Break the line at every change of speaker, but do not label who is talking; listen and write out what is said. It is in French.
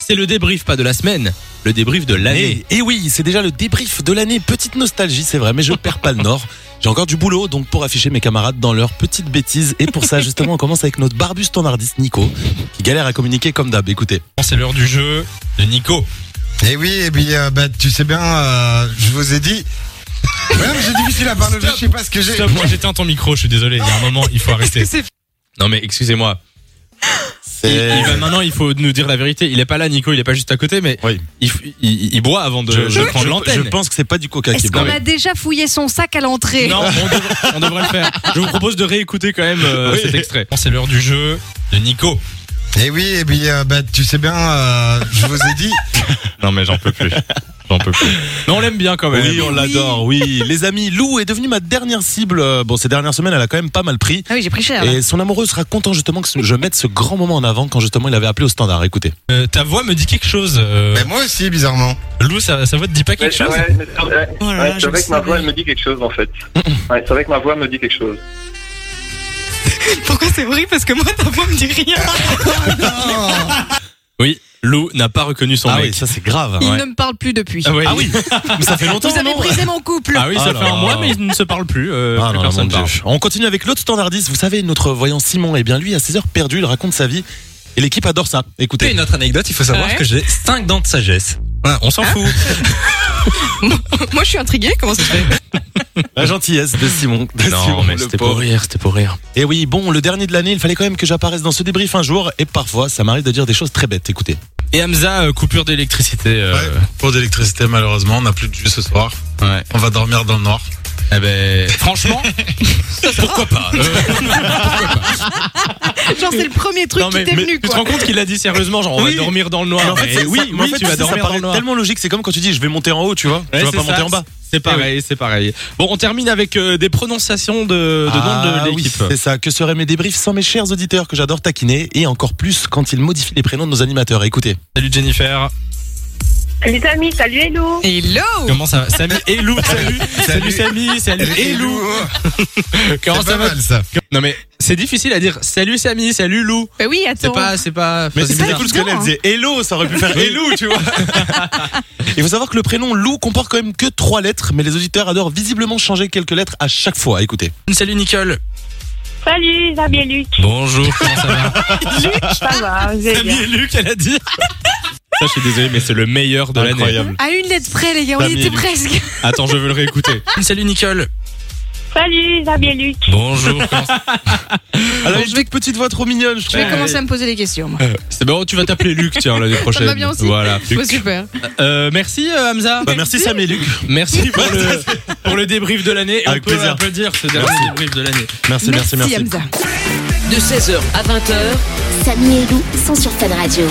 c'est le débrief, pas de la semaine, le débrief de l'année.
Et, et eh oui, c'est déjà le débrief de l'année. Petite nostalgie, c'est vrai, mais je perds pas le nord. J'ai encore du boulot, donc pour afficher mes camarades dans leurs petites bêtises. Et pour ça, justement, on commence avec notre barbu standardiste Nico, qui galère à communiquer comme d'hab. Écoutez.
Oh, C'est l'heure du jeu de Nico.
Et oui, et puis euh, bah, tu sais bien, euh, je vous ai dit. Ouais, mais j'ai difficile à parler, je sais pas ce que j'ai.
Stop, moi j'éteins ton micro, je suis désolé. Il y a un moment, il faut arrêter. Non mais excusez-moi. Il, il va- maintenant, il faut nous dire la vérité. Il est pas là, Nico. Il est pas juste à côté, mais
Oui.
il, f- il- il boit avant de,
Je, je-
de prendre
je-
l'antenne.
je pense que c'est pas du coca qui
Est-ce
est bon.
qu'on a déjà fouillé son sac à l'entrée
Non, on, devrait- on devrait le faire. Je vous propose de réécouter quand même euh,
Oui.
cet extrait. C'est l'heure du jeu de Nico.
Et oui, et puis euh, bah, tu sais bien, euh, je vous ai dit.
Non mais j'en peux plus. J'en peux plus. Mais on l'aime bien quand même.
Oui, on l'adore, oui. Les amis, Lou est devenue ma dernière cible. Euh, Bon, ces dernières semaines, elle a quand même pas mal pris.
Ah oui, j'ai pris cher. là.
Et son amoureux sera content justement que je mette ce grand moment en avant quand justement il avait appelé au standard. Écoutez.
Euh, ta voix me dit quelque chose. euh,
Mais Bah, moi aussi, bizarrement.
Lou, sa, sa voix te dit pas quelque
Ouais,
chose
ouais, mais c'est vrai,
Oh là
ouais,
là,
c'est
je Mm.
vrai
le
que ma voix
savais.
elle me dit quelque chose en fait. Ouais, c'est vrai que ma voix me dit quelque chose.
Pourquoi c'est horrible Parce que moi, ta voix me dit rien.
Oui. Lou n'a pas reconnu son
ah
mec.
oui, ça c'est grave.
Il
Ouais.
ne me parle plus depuis.
Ah oui.
Ah oui, mais ça fait longtemps.
Vous avez
non
brisé mon couple.
Ah oui, ça
Ah
fait
là
un
là.
mois, mais ils ne se parlent plus. euh,
Ah non,
plus
non, mon
personne
Dieu.
parle.
On continue avec l'autre standardiste. Vous savez, notre voyant Simon, et bien lui, à 16 heures perdues, il raconte sa vie. Et l'équipe adore ça. Écoutez.
une autre anecdote, il faut savoir
Ouais.
que j'ai 5 dents de sagesse. Voilà, on s'en
Hein
fout.
Moi, je suis intriguée. Comment ça se fait
La gentillesse de Simon. De
Non,
Ah, Simon,
mais
le
c'était
pauvre.
pour rire, c'était pour rire.
Et Eh oui, bon, le dernier de l'année, il fallait quand même que j'apparaisse dans ce débrief un jour. Et parfois, ça m'arrive de dire des choses très bêtes. Écoutez.
Et Hamza, euh, coupure d'électricité. euh,
Pour d'électricité, malheureusement, on n'a plus de jus ce soir.
Ouais.
On va dormir dans le noir.
Eh ben, franchement, pourquoi pas euh,
Genre, c'est le premier truc
non, mais,
qui t'est
mais
venu,
tu te
quoi.
rends compte qu'il l'a dit sérieusement, genre on
Oui.
va dormir dans le noir.
Mais en fait,
Eh
c'est-
oui,
ça- mais en
oui,
fait,
tu vas
ça, ça
dormir dans
paraît
le noir.
tellement logique. C'est comme quand tu dis je vais monter en haut, tu vois.
Ouais,
tu vas
c'est
pas
ça,
monter en bas.
C'est pareil, c'est pareil. Bon, on termine avec euh, des prononciations Euh, de, de
Ah
noms de
oui,
l'équipe.
c'est ça. Que seraient mes débriefs sans mes chers auditeurs que j'adore taquiner et encore plus quand ils modifient les prénoms de nos animateurs. Écoutez.
salut Jennifer.
Salut Samy, salut Hello
Hello
Comment ça va Samy et Lou, salut. salut Samy, salut et Lou.
C'est pas
Comment ça va
mal ça.
Non mais c'est difficile à dire. Salut Samy, salut Lou.
Bah oui, attends.
C'est pas, c'est pas.
Mais
c'est
c'est
bizarre.
cool ce qu'elle elle
Évident,
disait. Hello, ça aurait pu faire Hello.
Lou, tu vois.
Il faut savoir que le prénom Lou comporte quand même que trois lettres, mais les auditeurs adorent visiblement changer quelques lettres à chaque fois. Écoutez.
Salut Nicole.
Salut Samy et Luc
Bonjour. Comment ça va
Ça va, vous allez
Samy
bien
et Luc, elle a dit. Ça, je suis désolé, mais c'est le meilleur de l'année.
À une lettre près, les gars, on
Samy
y
et
était
Luc.
presque.
Attends, je veux le réécouter. Salut Nicole.
Salut Samy et Luc
Bonjour.
Alors, je vais que petite voix trop mignonne, je
Je vais commencer à me poser des questions, moi.
Euh, C'est bon, tu vas t'appeler Luc, tiens, l'année prochaine.
va bien aussi.
Voilà.
Oh, super.
Euh, merci euh, Hamza.
Bah, merci Sam et Luc.
Merci pour le, pour le débrief de l'année. Et
Avec
on peut
plaisir.
applaudir ce dernier débrief de l'année.
Merci, merci, merci.
Hamza.
De 16h à 20h,
Samy et Lou sont sur Fun Radio.